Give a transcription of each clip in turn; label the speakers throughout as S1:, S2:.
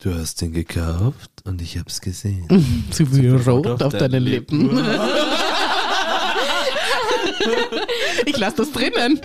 S1: Du hast den gekauft und ich hab's gesehen.
S2: Zu viel Rot auf deinen Lippen. Ich lasse das drinnen.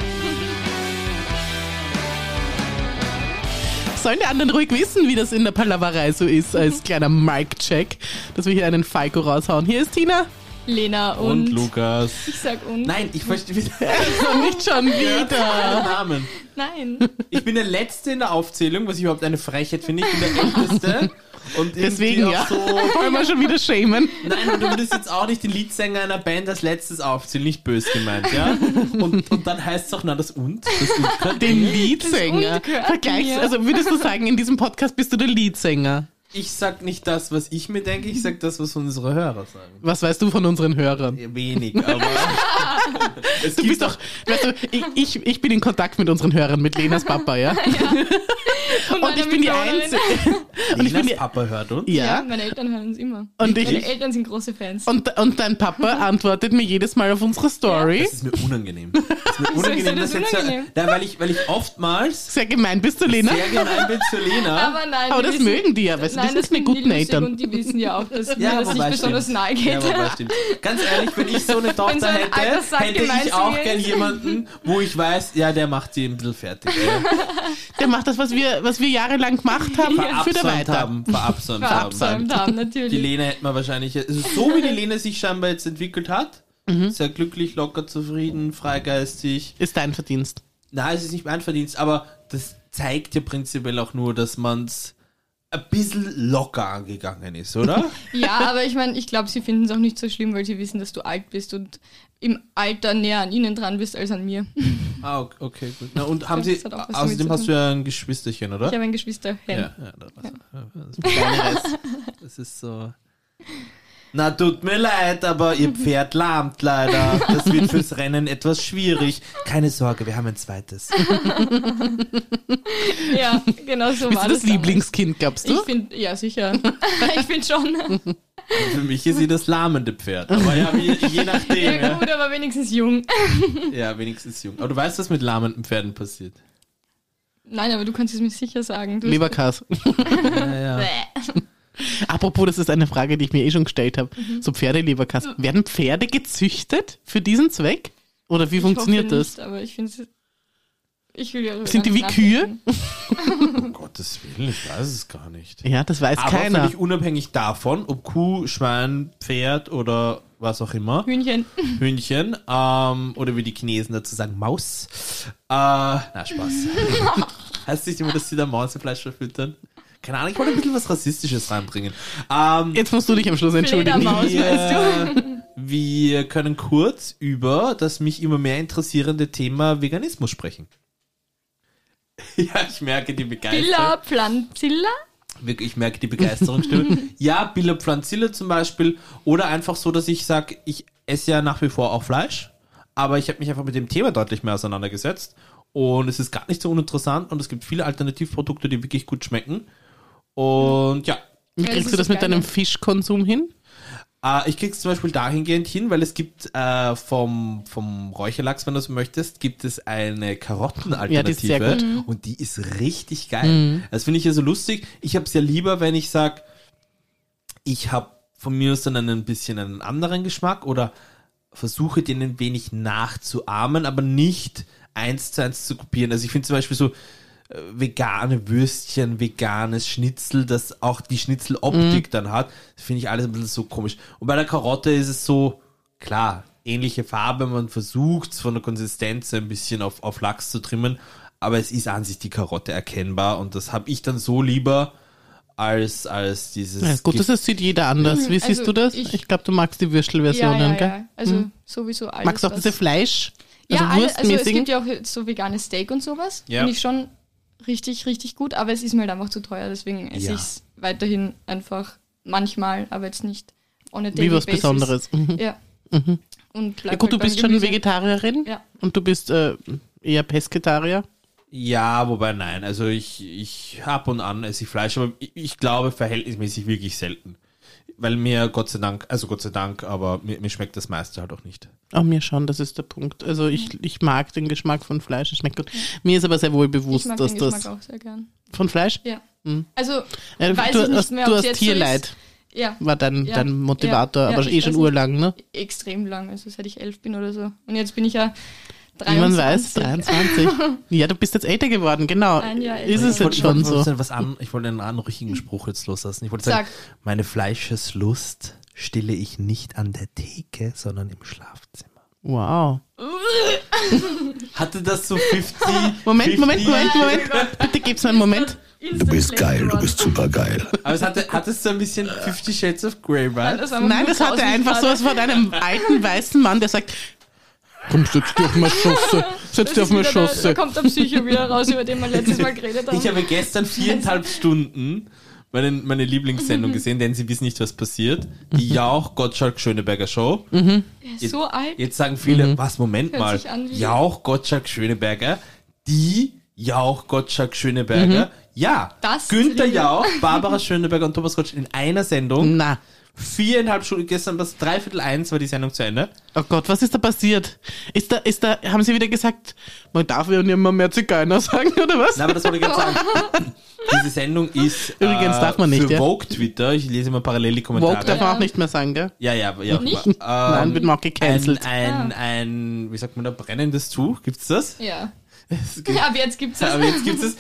S2: Sollen die anderen ruhig wissen, wie das in der Palaverei so ist, als kleiner Mic-Check, dass wir hier einen Falco raushauen. Hier ist Tina.
S3: Lena und,
S4: Und Lukas.
S3: Ich sag und.
S4: Nein, ich verstehe wieder
S2: Also nicht schon wieder.
S4: den Namen.
S3: Nein.
S4: Ich bin der Letzte in der Aufzählung, was ich überhaupt eine Frechheit finde. Ich bin der Älteste. Und irgendwie
S2: Deswegen
S4: auch
S2: ja.
S4: so.
S2: Wollen wir schon wieder schämen.
S4: Nein, und du würdest jetzt auch nicht den Leadsänger einer Band als letztes aufzählen, nicht bös gemeint, ja? Und, und dann heißt es auch, na, das und? Das und kann
S2: Den
S4: ich.
S2: Leadsänger.
S3: Das ungehört
S2: Vergleichs.
S3: mir.
S2: Also würdest du sagen, in diesem Podcast bist du der Leadsänger.
S4: ich sag nicht das, was ich mir denke, ich sag das, was unsere Hörer sagen.
S2: Was weißt du von unseren Hörern?
S4: Wenig, aber. es
S2: Du
S4: gibt
S2: bist doch, weißt du, ich, ich, ich bin in Kontakt mit unseren Hörern, mit Lenas Papa, ja? Und
S3: meine
S2: ich bin die
S3: Mitbewohnerin.
S2: Einzige.
S4: Und ich
S2: bin
S4: bin
S2: die-
S4: Papa hört uns.
S3: Ja,
S2: Ja.
S3: meine Eltern hören uns immer.
S2: Und ich- Oh,
S3: meine Eltern sind große Fans.
S2: Und, und dein Papa antwortet mir jedes Mal auf unsere Story.
S4: Das ist mir unangenehm. Das ist mir unangenehm,
S3: das
S4: dass jetzt.
S3: unangenehm? Genau.
S4: Na, weil, ich, weil ich oftmals
S2: Sehr gemein bist du, Lena.
S4: sehr gemein bin zu Lena.
S3: aber nein,
S2: Aber
S3: die
S2: das
S3: wissen,
S2: mögen die ja, weißt du, die
S3: nein,
S2: sind
S3: das
S2: mit
S3: finden die
S2: guten
S3: lustig
S2: Eltern.
S3: Und die wissen ja auch, dass mir das
S4: wobei
S3: nicht besonders
S4: stimmt's.
S3: nahe geht.
S4: Ja, wobei stimmt's. Ganz ehrlich, wenn ich so eine Tochter
S3: so ein alter
S4: hätte,
S3: Sack
S4: hätte
S3: gemein
S4: ich
S3: zu
S4: auch
S3: mir
S4: gern
S3: ist.
S4: jemanden, wo ich weiß, ja, der macht sie ein bisschen fertig. Ja.
S2: Der macht das, was wir, was wir jahrelang gemacht haben, für der
S4: Verabsäumt
S2: Weiter.
S4: haben, verabsäumt haben.
S2: halt?
S3: Verabsäumt haben, natürlich.
S4: Die Lena hätte man wahrscheinlich, also so wie die Lena sich scheinbar jetzt entwickelt hat,
S3: Mhm.
S4: sehr glücklich, locker, zufrieden, freigeistig.
S2: Ist dein Verdienst.
S4: Na, es ist nicht mein Verdienst, aber das zeigt ja prinzipiell auch nur, dass man es ein bisschen locker angegangen ist, oder?
S3: Ja, aber ich meine, ich glaube, sie finden es auch nicht so schlimm, weil sie wissen, dass du alt bist und im Alter näher an ihnen dran bist als an mir.
S4: ah, ok- okay, gut. Na, und haben
S3: Ich glaub,
S4: sie,
S3: das hat auch was damit
S4: außerdem
S3: zu
S4: hast
S3: tun.
S4: du ja ein Geschwisterchen, oder?
S3: Ich habe ein Geschwisterchen.
S4: Ja, ja, das, das, das ist so. Na, tut mir leid, aber
S3: Mhm.
S4: ihr Pferd lahmt leider. Das wird fürs Rennen etwas schwierig. Keine Sorge, wir haben ein zweites.
S3: Ja, genau so
S2: Bist
S3: war
S2: du das
S3: das damals.
S2: Lieblingskind, glaubst
S3: Ich
S2: du?
S3: finde, ja, sicher. ich finde schon.
S4: Für mich ist sie das lahmende Pferd. Aber ja, wie, je nachdem.
S3: Ja,
S4: Ja.
S3: gut, aber wenigstens jung.
S4: ja, wenigstens jung. Aber du weißt, was mit lahmenden Pferden passiert.
S3: Nein, aber du kannst es mir sicher sagen. Du
S2: Leberkas.
S4: Ja, ja.
S2: Apropos, das ist eine Frage, die ich mir eh schon gestellt habe.
S3: Mhm.
S2: So Pferdeleberkas. Werden Pferde gezüchtet für diesen Zweck? Oder wie funktioniert
S3: ich hoffe
S2: das?
S3: Nicht, aber ich finde ich will ja
S2: Sind die wie Kühe?
S4: Um Gottes Willen, ich weiß es gar nicht.
S2: Ja, das weiß
S4: Aber
S2: keiner.
S4: völlig unabhängig davon, ob Kuh, Schwein, Pferd oder was auch immer.
S3: Hühnchen.
S2: Also.
S4: Hühnchen ähm, oder wie die Chinesen dazu sagen, Maus. Äh, na, Spaß. heißt nicht immer, dass sie da Mausefleisch verfüttern? Keine Ahnung, ich wollte ein bisschen was Rassistisches reinbringen. Ähm,
S2: Jetzt musst du dich am Schluss entschuldigen.
S3: Fledermaus.
S4: wir,
S3: weißt
S4: wir können kurz über das mich immer mehr interessierende Thema Veganismus sprechen. Ja, ich merke die Begeisterung.
S3: Pilla, Planzilla?
S4: Wirklich, Ich merke die Begeisterungsstimme. ja, Billa Pflanzilla zum Beispiel. Oder einfach so, dass ich sage, ich esse ja nach wie vor auch Fleisch. Aber ich habe mich einfach mit dem Thema deutlich mehr auseinandergesetzt. Und es ist gar nicht so uninteressant. Und es gibt viele Alternativprodukte, die wirklich gut schmecken. Und ja,
S2: Wie
S3: Ja, das
S2: kriegst du
S3: ist
S2: das
S3: das
S2: mit deinem
S3: Geile.
S2: Fischkonsum hin?
S4: Äh, ich krieg's zum Beispiel dahingehend hin, weil es gibt äh, vom, vom Räucherlachs, wenn du es möchtest, gibt es eine Karottenalternative. Mhm.
S2: Ja, die ist sehr gut. Mhm.
S4: Und die ist richtig geil. Das finde ich ja so lustig. Ich hab's ja lieber, wenn ich sag, ich hab von mir aus dann ein bisschen einen anderen Geschmack oder versuche den ein wenig nachzuahmen, aber nicht eins zu eins zu kopieren. Also ich finde zum Beispiel so äh, vegane Würstchen, veganes Schnitzel, das auch die
S2: Mhm.
S4: Schnitzeloptik dann hat, das finde ich alles ein bisschen so komisch. Und bei der Karotte ist es so, klar, ähnliche Farbe, man versucht es von der Konsistenz ein bisschen auf, auf Lachs zu trimmen, aber es ist an sich die Karotte erkennbar und das habe ich dann so lieber als, als dieses...
S2: Ja, gut,
S4: Ge-
S2: das ist- sieht jeder anders. Wie
S3: Also,
S2: siehst du das? Ich,
S3: ich-
S2: glaube, du magst die Würstelversionen,
S3: ja, ja,
S2: gell? Hm.
S3: ja. Also sowieso alles.
S2: Magst du auch
S3: was-
S2: diese Fleisch? Also
S3: ja, alle, also es
S2: wurstmäßigen?
S3: gibt ja auch so veganes Steak und sowas.
S4: Ja.
S3: Finde ich schon richtig, richtig gut, aber es ist mir halt einfach zu teuer, deswegen esse
S4: Ja.
S3: ich es weiterhin einfach manchmal, aber jetzt nicht on a daily
S2: Wie was
S3: basis.
S2: Besonderes. Mhm.
S3: Ja. Und bleib
S2: Ja, gut,
S3: halt
S2: du
S3: beim
S2: bist schon
S3: Gemüse.
S2: Vegetarierin
S3: Ja.
S2: und du bist äh, eher Pesketarier.
S4: Ja, wobei nein. Also ich, ich ab und an esse ich Fleisch, aber ich, ich glaube verhältnismäßig wirklich selten. Weil mir Gott sei Dank, also Gott sei Dank, aber mir, mir schmeckt das meiste halt auch nicht.
S2: Oh, mir schon, das ist der Punkt. Also ich, ich mag den Geschmack von Fleisch, es schmeckt gut. Mir ist aber sehr wohl
S3: Ich
S2: bewusst,
S3: mag
S2: dass
S3: den
S2: das
S3: Geschmack auch sehr gern.
S2: von Fleisch?
S3: Ja.
S2: Mhm.
S3: Also,
S2: Ja,
S3: Weiß
S2: du
S3: ich nicht
S2: hast,
S3: mehr,
S2: du
S3: ob's
S2: hast Hm.
S3: jetzt so
S2: Tierleid,
S3: ja,
S2: war dein,
S3: Ja.
S2: dein Motivator,
S3: Ja, ja,
S2: aber
S3: ich
S2: eh
S3: weiß
S2: schon
S3: nicht.
S2: urlang, ne?
S3: extrem lang, also seit ich elf bin oder so. Und jetzt bin ich ja
S2: Wie
S3: 23.
S2: man weiß, 23. ja, du bist jetzt älter geworden, genau.
S3: Ein Jahr älter.
S2: Ist es
S4: Ich wollte-
S2: jetzt
S4: ich wollte-
S2: schon
S4: ich wollte
S2: so.
S4: Was an, ich wollte einen anrüchigen Spruch jetzt loslassen. Ich wollte sagen,
S3: Sag.
S4: meine Fleischeslust stille ich nicht an der Theke, sondern im Schlafzimmer.
S2: Wow.
S4: Hatte das so 50?
S2: Moment, Moment, Moment, Moment. Bitte gib's mir einen Moment.
S5: Du bist geil, du bist super geil.
S4: Aber es hatte, hattest du ein bisschen 50 Shades of Grey, right?
S2: Nein, das hatte einfach so was von einem alten weißen Mann, der sagt, komm, setz dich auf meine Schosse, setz dich auf meine
S3: Da
S2: Schosse.
S3: kommt der Psycho wieder raus, über den wir letztes Mal geredet haben.
S4: Ich habe gestern viereinhalb Stunden meine, meine Lieblingssendung gesehen, denn sie wissen nicht, was passiert. Die Jauch Gottschalk Schöneberger Show.
S3: Er ist so alt.
S4: Mhm. Jetzt sagen viele, was, Moment
S3: Hört
S4: mal,
S3: sich an wie-
S4: Jauch Gottschalk Schöneberger, die Jauch Gottschalk Schöneberger, ja,
S3: Das
S4: Günther
S3: Trio.
S4: Jauch, Barbara Schöneberger und Thomas Gottschalk in einer Sendung,
S2: Na,
S4: viereinhalb Stunden, gestern was, dreiviertel eins war die Sendung zu Ende.
S2: oh Gott, was ist da passiert? Ist da, ist da, haben sie wieder gesagt, man darf ja niemand mehr Zigeuner sagen, oder was?
S4: Nein, aber das wollte ich gerade sagen. Diese Sendung ist äh,
S2: Übrigens darf man nicht,
S4: für
S2: ja.
S4: Vogue Twitter, ich lese immer parallel die
S2: Woke
S4: Kommentare.
S2: darf man
S3: Ja.
S2: auch nicht mehr sagen, gell?
S4: Ja, ja, ja.
S3: Nicht? Ah.
S4: Ähm,
S2: Nein, wird man auch gecancelt.
S4: Ein, ein, ein, wie sagt man da, brennendes Tuch, gibt's das?
S3: Ja. Aber jetzt gibt's das.
S4: Aber jetzt gibt's es.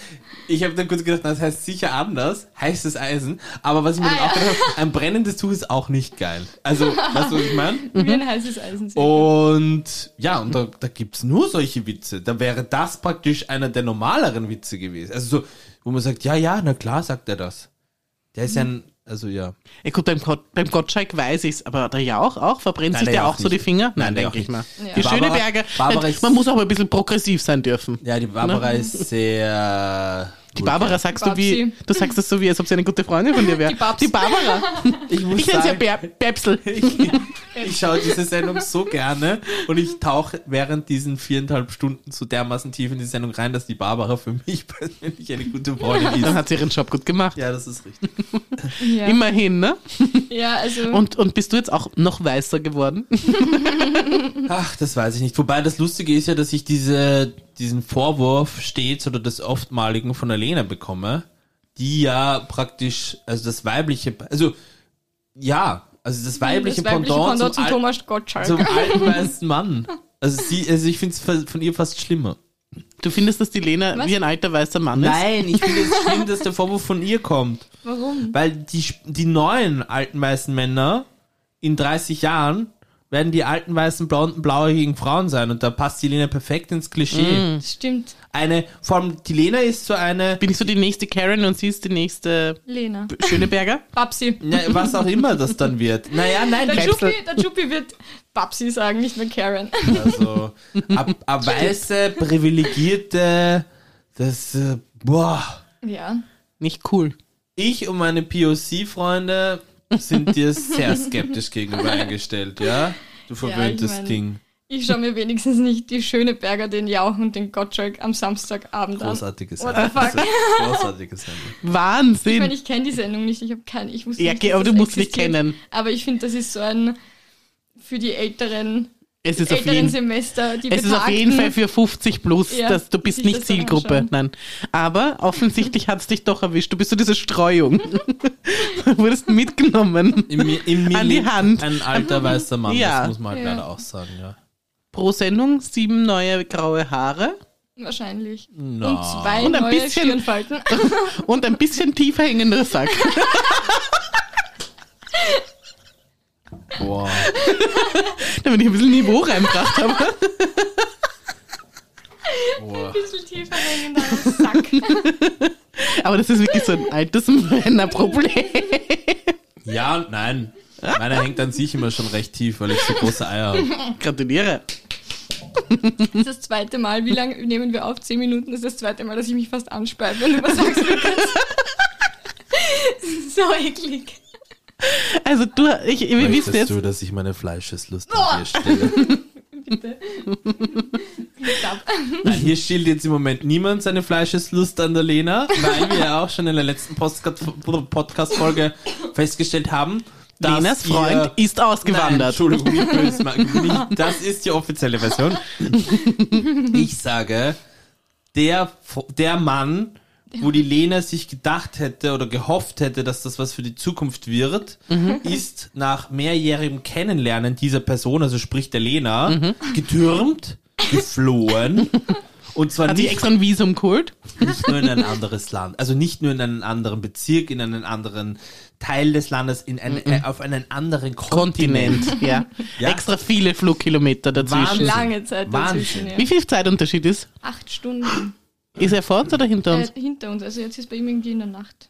S4: Ich habe dann kurz gedacht, na, das heißt sicher anders, heißt es Eisen. Aber was ich mir dann
S3: Ah,
S4: auch
S3: ja.
S4: gedacht habe, ein brennendes Tuch ist auch nicht geil. Also, weißt du, was ich meine?
S3: Wie ein heißes Eisen.
S2: Oh,
S4: Und ja, und da, da gibt's nur solche Witze. Da wäre das praktisch einer der normaleren Witze gewesen. Also so, wo man sagt, ja, ja, na klar sagt er das. Der ist ja ein, also ja.
S2: Ja, gut, beim, Gott, beim Gottschalk weiß ich's, aber der Jauch auch? Verbrennt
S4: Nein,
S2: sich
S4: der
S2: der auch
S4: Jauch
S2: so die
S4: nicht.
S2: Finger? Nein,
S4: Nein, der
S2: denke
S4: Jauch
S2: ich mal.
S4: nicht.
S2: Die
S4: Ja. Barbara-
S2: Schöneberger,
S4: Barbara
S2: halt,
S4: ist-
S2: man muss auch ein bisschen progressiv sein dürfen.
S4: Ja, die Barbara ist sehr.
S2: Die Barbara sagst du
S3: Babsi.
S2: wie, du sagst das so wie, als ob sie eine gute Freundin von dir wäre.
S3: Die Babs.
S2: Die Barbara.
S4: Ich muss
S2: Ich nenne sie ja
S4: sagen,
S2: Bär, Bäbsel.
S4: ich schaue diese Sendung so gerne und ich tauche während diesen viereinhalb Stunden so dermaßen tief in die Sendung rein, dass die Barbara für mich persönlich eine gute Freundin
S2: Dann
S4: ist.
S2: hat sie ihren Job gut gemacht.
S4: Ja, das ist richtig.
S3: Ja.
S2: Immerhin, ne?
S3: ja, also.
S2: Und, und bist du jetzt auch noch weißer geworden?
S4: Ach, das weiß ich nicht. Wobei das Lustige ist ja, dass ich diese, diesen Vorwurf stets oder des Oftmaligen von der Lena bekomme, die ja praktisch, also das weibliche, also ja, also das weibliche,
S3: das
S4: Pendant,
S3: weibliche Pendant
S4: zum,
S3: zum
S4: al
S3: Thomas Gottschalk.
S4: zum alten weißen Mann. Also, sie, also ich finde es von ihr fast schlimmer.
S2: Du findest, dass die Lena
S3: Was?
S2: wie ein alter weißer Mann
S4: Nein, ich finde es schlimm, dass der Vorwurf von ihr kommt.
S3: Warum?
S4: Weil die, Sp- die neuen alten weißen Männer in 30 Jahren werden die alten weißen, blonden, blauäugigen Frauen sein. Und da passt die Lena perfekt ins Klischee.
S3: Das stimmt.
S4: eine, vor allem die Lena ist so eine,
S2: ist? Bin ich so die nächste Karen und sie ist die nächste
S3: Lena.
S2: Schöneberger?
S3: Babsi.
S4: na, was auch immer das dann wird. Naja, nein,
S3: Der
S4: Babs-
S3: Chupi, der Chupi wird Babsi sagen, nicht mehr Karen.
S4: also, a, a weiße, privilegierte, das, äh, boah.
S3: Ja.
S2: Nicht cool.
S4: Ich und meine POC-Freunde sind dir sehr skeptisch gegenüber eingestellt, ja? Du verwöhntes
S3: ich mein-
S4: Ding.
S3: Ich schaue mir wenigstens nicht die Schöneberger, den Jauch und den Gottschalk am Samstagabend an.
S4: Großartiges
S3: What the fuck?
S4: Großartiges Ende.
S3: Ich meine,
S2: Wahnsinn.
S3: ich kenne die Sendung nicht. Ich habe keine. Ich wusste
S2: Ja,
S3: nicht,
S2: okay,
S3: dass
S2: aber du
S3: das
S2: musst sie
S3: existiert.
S2: kennen.
S3: Aber ich finde, das ist so ein für die älteren,
S2: Es ist auf
S3: älteren
S2: jeden
S3: Semester, die
S2: Es ist auf
S3: Betagten.
S2: jeden Fall für 50 plus,
S3: Ja,
S2: dass du bist
S3: sich
S2: nicht
S3: das dann
S2: Zielgruppe,
S3: anschauen.
S2: nein. Aber offensichtlich hat's dich doch erwischt. Du bist so diese Streuung. du wurdest mitgenommen.
S4: Im, Mi- im Mi
S2: An die
S4: lebt
S2: Hand.
S4: Ein alter weißer Mann,
S2: Ja.
S4: das muss man halt
S3: Ja.
S4: leider auch sagen, ja.
S2: Pro Sendung sieben neue graue Haare
S3: wahrscheinlich.
S4: Na.
S3: Und zwei
S2: Und ein
S3: neue
S2: bisschen-
S3: Stirnfalten.
S2: und ein bisschen tiefer hängender Sack.
S4: Boah.
S2: Damit ich ein bisschen Niveau reinbracht habe.
S3: Ein bisschen tiefer hängender Sack.
S2: Aber das ist wirklich so ein altes Männerproblem.
S4: Ja und nein. Meiner hängt an sich immer schon recht tief, weil ich so große Eier habe.
S2: Gratuliere.
S3: Das ist das zweite Mal. Wie lange nehmen wir auf? Zehn Minuten. Das ist das zweite Mal, dass ich mich fast anspeibe, wenn du was sagst. Lukas. so eklig.
S2: Also du, ich, wir wissen
S4: Möchtest
S2: jetzt,
S4: du, dass ich meine Fleischeslust an dir stille?
S3: Bitte. Stopp.
S4: Nein, hier stillt jetzt im Moment niemand seine Fleischeslust an der Lena, weil wir ja auch schon in der letzten Postca- Podcast-Folge festgestellt haben, dass
S2: Lenas
S4: ihr-
S2: Freund ist
S4: Nein,
S2: ausgewandert.
S4: Entschuldigung, nicht böse, machen, nicht, das ist die offizielle Version. Ich sage, der, Fo- der Mann wo die Lena sich gedacht hätte oder gehofft hätte, dass das was für die Zukunft wird, ist nach mehrjährigem Kennenlernen dieser Person, also sprich der Lena, getürmt, geflohen. Und zwar
S2: Hat sie
S4: nicht
S2: extra ein Visum geholt?
S4: nicht nur in ein anderes Land, also nicht nur in einen anderen Bezirk, in einen anderen Teil des Landes, in ein, äh, auf einen anderen Kontinent.
S2: Mhm. Kontinent, ja.
S4: Ja.
S2: Extra viele Flugkilometer dazwischen.
S4: Wahnsinn.
S3: Lange Zeit dazwischen.
S4: Wahnsinn.
S3: Ja.
S2: Wie viel Zeitunterschied ist?
S3: Acht Stunden
S2: Ist er vor uns oder hinter
S3: äh,
S2: uns?
S3: hinter uns. Also jetzt ist bei ihm irgendwie in der Nacht.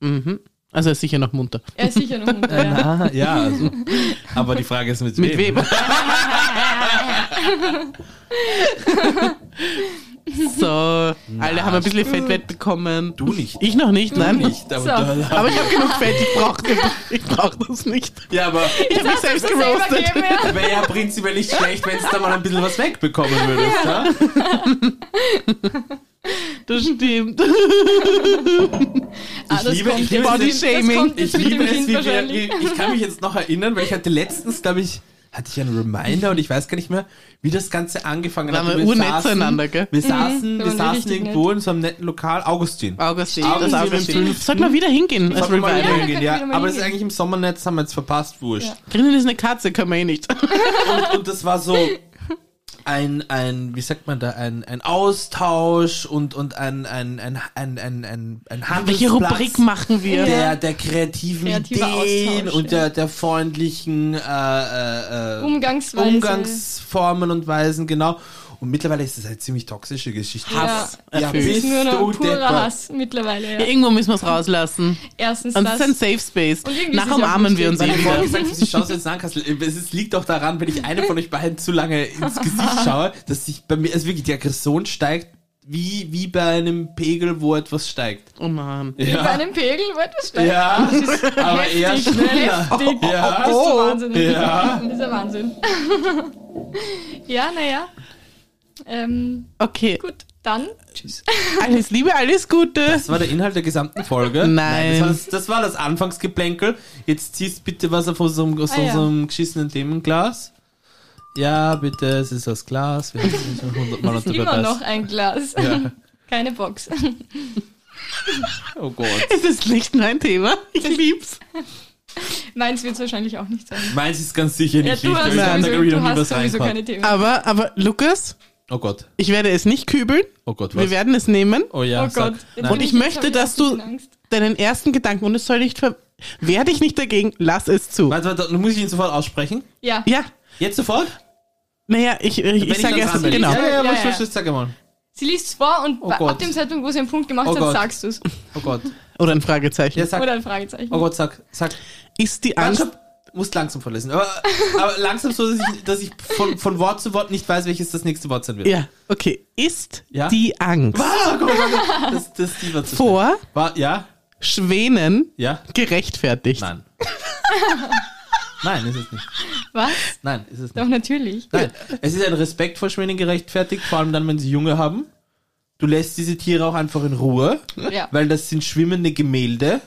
S2: Mhm. Also er ist sicher noch munter.
S3: Er ist sicher noch unter. ja.
S4: Ah, ja, also. aber die Frage ist mit,
S2: Mit wem? so, alle haben ein bisschen Fettwert bekommen.
S4: Du nicht.
S2: Ich noch nicht, nein.
S4: nicht, aber
S3: So.
S4: da-
S2: Aber ich habe genug Fett, ich brauche ich brauch das nicht.
S4: ja, aber
S2: Ich habe mich selbst
S3: Selber
S2: gerostet.
S3: geben, ja.
S4: wäre ja prinzipiell nicht schlecht, wenn du da mal ein bisschen was wegbekommen würdest. Ja.
S2: Das stimmt.
S3: Ah, das
S4: liebe-
S3: kommt
S4: ich liebe
S3: jetzt.
S2: Body Shaming.
S3: Das kommt
S4: Ich
S3: jetzt mit
S4: liebe
S3: dem
S4: es,
S3: Kind
S4: wie wir,
S3: wahrscheinlich.
S4: ich kann mich jetzt noch erinnern, weil ich hatte letztens, glaube ich, hatte ich einen Reminder und ich weiß gar nicht mehr, wie das Ganze angefangen
S2: Waren
S4: hat.
S2: wir urnett zueinander, gell?
S4: Wir saßen,
S3: wir
S4: wir
S3: Mhm. waren
S4: saßen
S3: richtig Ah,
S4: irgendwo in so einem netten Lokal, Augustin.
S2: Augustin,
S4: Augustin
S2: das
S4: im
S2: Augustin.
S4: fünften.
S2: Sollten wir wieder hingehen als
S4: Sollten wir mal wieder
S2: Revival.
S3: Ja,
S4: hingehen,
S3: können wir
S4: ja.
S3: mal
S4: Aber das ist
S3: hingehen.
S4: eigentlich im Sommernetz, haben wir jetzt verpasst, wurscht.
S2: Drinnen ist eine Katze, können wir eh nicht.
S4: Und, und das war so ein, ein, wie sagt man da, ein, ein Austausch und, und ein, ein, ein, ein, ein, ein, ein Handelsplatz.
S2: Welche Rubrik machen wir?
S4: der, der kreativen
S3: Kreativer
S4: Ideen
S3: Austausch,
S4: und
S3: ja.
S4: der, der freundlichen äh, äh, äh,
S3: Umgangsweise.
S4: Umgangsformen und Weisen, genau. Und mittlerweile ist das eine ziemlich toxische Geschichte.
S2: Hass
S4: Ja,
S2: erfüllt.
S4: bist
S3: ist nur
S4: du
S3: noch purer
S4: deppert.
S3: Hass mittlerweile.
S2: Ja,
S3: Ja.
S2: irgendwo müssen wir es rauslassen.
S3: Erstens
S2: Und es ist ein
S3: das.
S2: Safe Space.
S3: Und irgendwie
S2: Nachher
S3: ist es ja
S2: umarmen wir uns eh
S3: lustig.
S4: Meine
S2: eben.
S4: Freundin gesagt, sie schaust jetzt nach Kassel. äh, Es ist- liegt doch daran, wenn ich eine von euch beiden zu lange ins Gesicht schaue, dass sich bei mir, also wirklich, die Aggression steigt, wie, wie bei einem Pegel, wo etwas steigt.
S2: Oh Mann.
S3: Bei einem Pegel wollte was steigen.
S4: Ja, aber eher schneller.
S3: ne? Heftig. Oh,
S4: Ja. Oh.
S3: Das ist so Wahnsinn.
S4: Ja.
S3: Das ist ja Wahnsinn. ja, naja. Ähm,
S2: Okay.
S3: gut, dann.
S4: Tschüss.
S2: Alles Liebe, alles Gute.
S4: Das war der Inhalt der gesamten Folge.
S2: Nein.
S4: das, war das, das war das Anfangsgeplänkel. Jetzt ziehst bitte was auf unserem, aus
S3: Ah, ja.
S4: unserem geschissenen Themenglas. Ja, bitte, es ist das Glas. Wir haben es schon hundertmal unter
S3: Immer
S4: Beweis.
S3: noch ein Glas.
S4: Ja.
S3: Keine Box.
S4: Oh Gott.
S2: Es ist nicht mein Thema. Ich lieb's.
S3: Meins wird es wahrscheinlich auch nicht sein.
S4: Meins ist ganz sicher
S3: Ja,
S4: nicht
S3: du hast
S4: richtig. weil Ich habe
S3: sowieso,
S4: wieder
S3: du
S4: nie
S3: hast
S4: was
S3: sowieso
S4: reingepackt.
S3: keine Themen.
S2: Aber, aber Lukas,
S4: Oh Gott.
S2: ich werde es nicht kübeln.
S4: Oh Gott,
S2: Wir
S4: was?
S2: werden es nehmen.
S4: Oh ja,
S3: oh
S4: sag.
S3: Gott.
S4: Nein.
S2: Und ich
S3: jetzt
S2: möchte,
S3: hab
S2: dass
S3: auch
S2: du-
S3: ein bisschen Angst.
S2: Deinen ersten Gedanken und es soll nicht ver... Wehr dich nicht dagegen, lass es zu.
S4: Warte, warte, muss ich ihn sofort aussprechen?
S3: Ja.
S2: Ja,
S4: Jetzt sofort?
S2: naja, ich, ich, ich
S4: Wenn
S2: sage
S4: dann
S2: erst,
S4: dran bin.
S2: genau.
S4: Ja, ja, ja,
S3: Ja,
S4: wurscht,
S3: ja.
S4: wurscht, jetzt sag mal.
S3: Sie liest es vor und
S4: Oh
S3: bei- ab
S4: Gott.
S3: dem Zeitpunkt, wo sie einen Punkt gemacht
S4: Oh
S3: hat,
S4: Gott.
S3: sagst du es.
S4: Oh Gott.
S2: Oder ein Fragezeichen.
S4: Ja, sag.
S3: Oder ein Fragezeichen.
S4: Oh Gott, sag, sag.
S2: Ist die
S4: Ganz
S2: Angst...
S4: ab- musst langsam vorlesen. Aber, aber langsam so, dass ich, dass ich von, von Wort zu Wort nicht weiß, welches das nächste Wort sein wird.
S2: Ja, okay. Ist
S4: Ja?
S2: die Angst
S4: Ah, guck mal, guck mal. das, das die war zu schnell.
S2: vor
S4: War, ja?
S2: Schwänen
S4: Ja?
S2: gerechtfertigt?
S4: Nein. Nein, ist es nicht.
S3: Was?
S4: Nein, ist es nicht.
S3: Doch, natürlich.
S4: Nein. Es ist ein Respekt vor Schwänen gerechtfertigt, vor allem dann, wenn sie Junge haben. Du lässt diese Tiere auch einfach in Ruhe,
S3: Ja.
S4: weil das sind schwimmende Gemälde,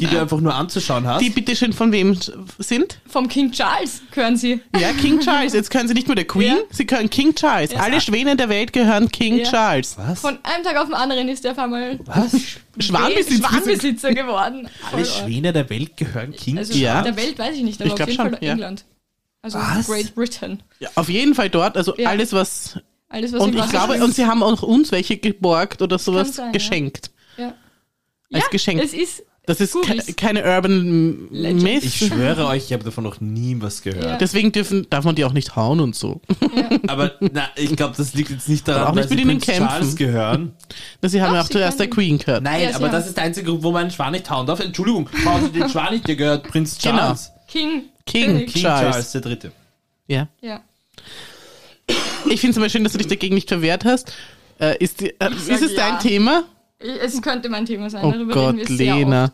S4: die du einfach nur anzuschauen hast.
S2: Die bitteschön von wem sch- sind?
S3: Vom King Charles hören sie.
S2: Ja, King Charles. Jetzt können sie nicht nur der Queen,
S3: Ja.
S2: sie können King Charles. Alle Schwäne der Welt gehören King
S3: Ja.
S2: Charles.
S4: Was?
S3: Von einem Tag auf den anderen ist der auf einmal
S4: Was?
S2: Schwanbesitz.
S3: Schwanbesitzer geworden.
S4: Alle Schwäne der Welt gehören Kind.
S3: Also
S2: Ja.
S3: der Welt weiß ich nicht,
S2: Ich
S3: aber auf
S2: glaub
S3: jeden
S2: schon,
S3: Fall
S2: ja.
S3: England. Also
S4: Was?
S3: Great Britain.
S2: Ja, auf jeden Fall dort. Also
S3: Ja.
S2: alles, was.
S3: Alles, was
S2: Und
S3: im
S2: ich
S3: Wasser
S2: glaube,
S3: schwimmt.
S2: und sie haben auch uns welche geborgt oder sowas
S3: sein, ja.
S2: geschenkt.
S3: ja.
S2: Als
S3: ja,
S2: Geschenk.
S3: Es ist
S2: Das ist ke
S3: Goodies.
S2: keine Urban
S3: Legend.
S2: Myth.
S4: Ich schwöre euch, ich habe davon noch nie was gehört.
S2: Deswegen dürfen, darf man die auch nicht hauen und so.
S4: Aber na, ich glaube, das liegt jetzt nicht
S2: Aber auch
S4: daran,
S2: nicht
S4: dass sie
S2: mit ihnen
S4: Prinz Charles
S2: kämpfen.
S4: gehören.
S2: Das sie haben
S3: Doch,
S2: ja auch
S3: sie
S2: zuerst der
S3: können-
S2: Queen gehört.
S4: Nein,
S3: Ja, sie
S4: aber das
S3: haben-
S4: ist der einzige Grund, wo man einen Schwan nicht hauen darf. Entschuldigung, hauen Sie den Schwan nicht, der gehört Prinz
S2: Genau.
S4: Charles.
S3: King.
S2: King,
S4: King
S2: Charles.
S4: Charles, der Dritte.
S2: Ja.
S3: Ja.
S2: Ich finde es immer schön, dass du dich dagegen nicht verwehrt hast. Äh, ist, die, äh, ist
S3: sag
S2: es dein
S3: ja.
S2: Thema?
S3: Es könnte mein Thema sein.
S2: Oh
S3: Darüber
S2: Gott,
S3: reden wir sehr oft.
S2: Lena.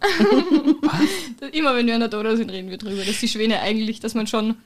S3: Immer wenn wir in der Dodo sind, reden wir drüber, dass die Schwäne eigentlich, dass man schon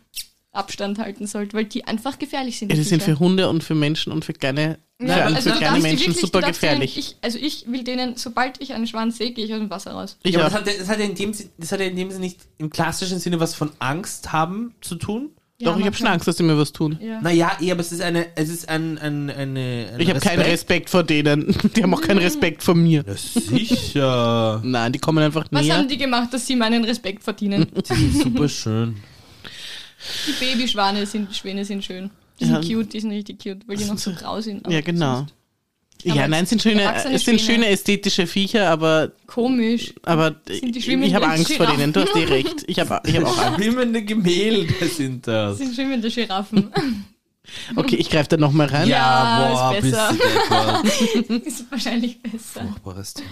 S3: Abstand halten sollte, weil die einfach gefährlich sind.
S2: Ja, die sind
S3: Viecher.
S2: für Hunde und für Menschen und für kleine,
S3: Ja,
S2: für,
S3: aber
S2: für
S3: du
S2: kleine
S3: darfst also die
S2: Menschen
S3: wirklich-
S2: super
S3: du darfst
S2: gefährlich.
S3: Denen, ich, also ich will denen, sobald ich einen Schwanz sehe, gehe ich aus dem Wasser raus.
S2: ich
S4: Ja, aber
S2: auch.
S4: das hat, ja- das, hat ja in dem, Sinn- das hat ja in dem Sinne nicht im klassischen Sinne was von Angst haben zu tun,
S3: Ja,
S2: Doch, ich
S3: man
S2: habe schon
S3: kann-
S2: Angst, dass die mir was tun.
S3: Ja.
S4: Naja, eh, aber es ist eine, es ist ein, ein, eine. ein
S2: Ich habe keinen Respekt vor denen. Die haben auch keinen Respekt vor mir.
S4: Ja, sicher.
S2: Nein, die kommen einfach
S3: Was
S2: näher.
S3: haben die gemacht, dass sie meinen Respekt verdienen?
S4: Die sind super schön.
S3: Die Babyschwane sind, Schwäne sind schön. Die sind
S2: Ja. Also,
S3: cute, die sind richtig cute, weil die noch so grau sind. aber
S2: ja, genau.
S3: sonst
S2: Ja,
S3: Aber
S2: nein, es sind schöne,
S3: erwachsene
S2: es sind
S3: Schwäne.
S2: schöne ästhetische Viecher, aber,
S3: Komisch.
S2: aber
S3: Sind die
S2: ich
S3: schwimmenden
S2: habe Angst vor
S3: Giraffen?
S2: denen. Du hast eh recht. Ich habe ich hab auch Angst.
S4: Schwimmende Gemälde sind
S3: Das
S4: das.
S3: sind schwimmende Giraffen.
S2: Okay, ich greife da nochmal rein.
S3: Ja, ist besser.
S4: bist du etwas.
S3: ist wahrscheinlich besser.
S1: Furchtbares Thema.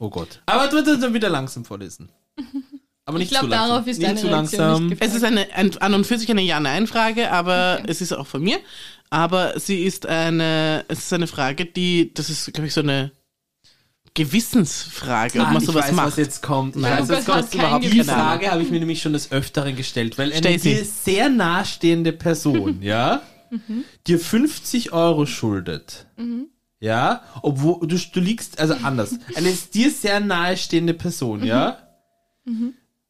S4: Oh Gott. Aber du wirst dann wieder langsam vorlesen. Aber nicht
S3: Ich glaube,
S4: zu langsam.
S3: darauf ist
S4: nicht
S3: deine
S4: zu
S3: Reaktion
S4: langsam.
S3: nicht
S2: Es
S3: gefragt.
S2: ist eine, ein, an und für sich eine Ja-Nein-Frage, aber es ist auch von mir. Aber sie ist eine, es ist eine Frage, die, das ist, glaube ich, so eine Gewissensfrage, ob
S4: Ah,
S2: man sowas
S4: ich weiß,
S2: macht.
S4: was jetzt kommt. Ich
S2: Nein.
S4: weiß, was
S3: Lukas hat
S4: kommt.
S3: keinen
S4: Überhaupt die
S3: Gefühl.
S4: Frage habe ich mir nämlich schon des Öfteren gestellt, weil eine
S2: Stell sie.
S4: dir sehr nahestehende Person, ja, dir 50 Euro schuldet, ja, obwohl du, du liegst, also anders, eine dir sehr nahestehende Person, ja,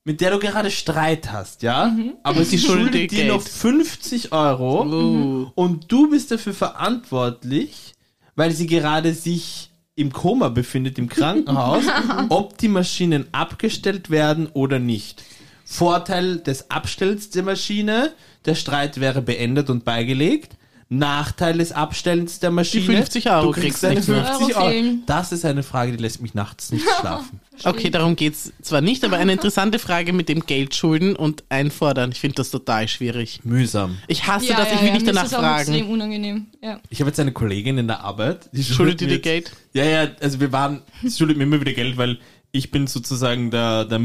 S4: mit der du gerade Streit hast, ja, aber sie
S2: Sie schuldet
S4: schuldet dir
S2: Geld.
S4: noch 50 Euro
S3: Mhm.
S2: Oh.
S4: und du bist dafür verantwortlich, weil sie gerade sich im Koma befindet, im Krankenhaus, ob die Maschinen abgestellt werden oder nicht. Vorteil des Abstellens der Maschine, der Streit wäre beendet und beigelegt. Nachteil des Abstellens der Maschine.
S2: 50 Euro
S4: du kriegst
S2: kriegst
S4: deine
S2: nicht mehr.
S4: 50
S3: Euro
S4: Euro.
S3: fehlen.
S4: Das ist eine Frage, die lässt mich nachts nicht schlafen.
S2: Okay, darum geht's zwar nicht, aber eine interessante Frage mit dem Geld schulden und einfordern. Ich finde das total schwierig.
S4: Mühsam.
S2: Ich hasse das, ich will nicht
S3: mir
S2: danach
S3: ist das auch extrem
S2: fragen.
S3: unangenehm. Ja.
S4: Ich habe jetzt eine Kollegin in der Arbeit, die
S2: Schuldet
S4: schuldet
S2: ihr
S4: mir
S2: dir Geld?
S4: Ja, ja, also wir waren, sie schuldet mir immer wieder Geld, weil ich bin sozusagen der, der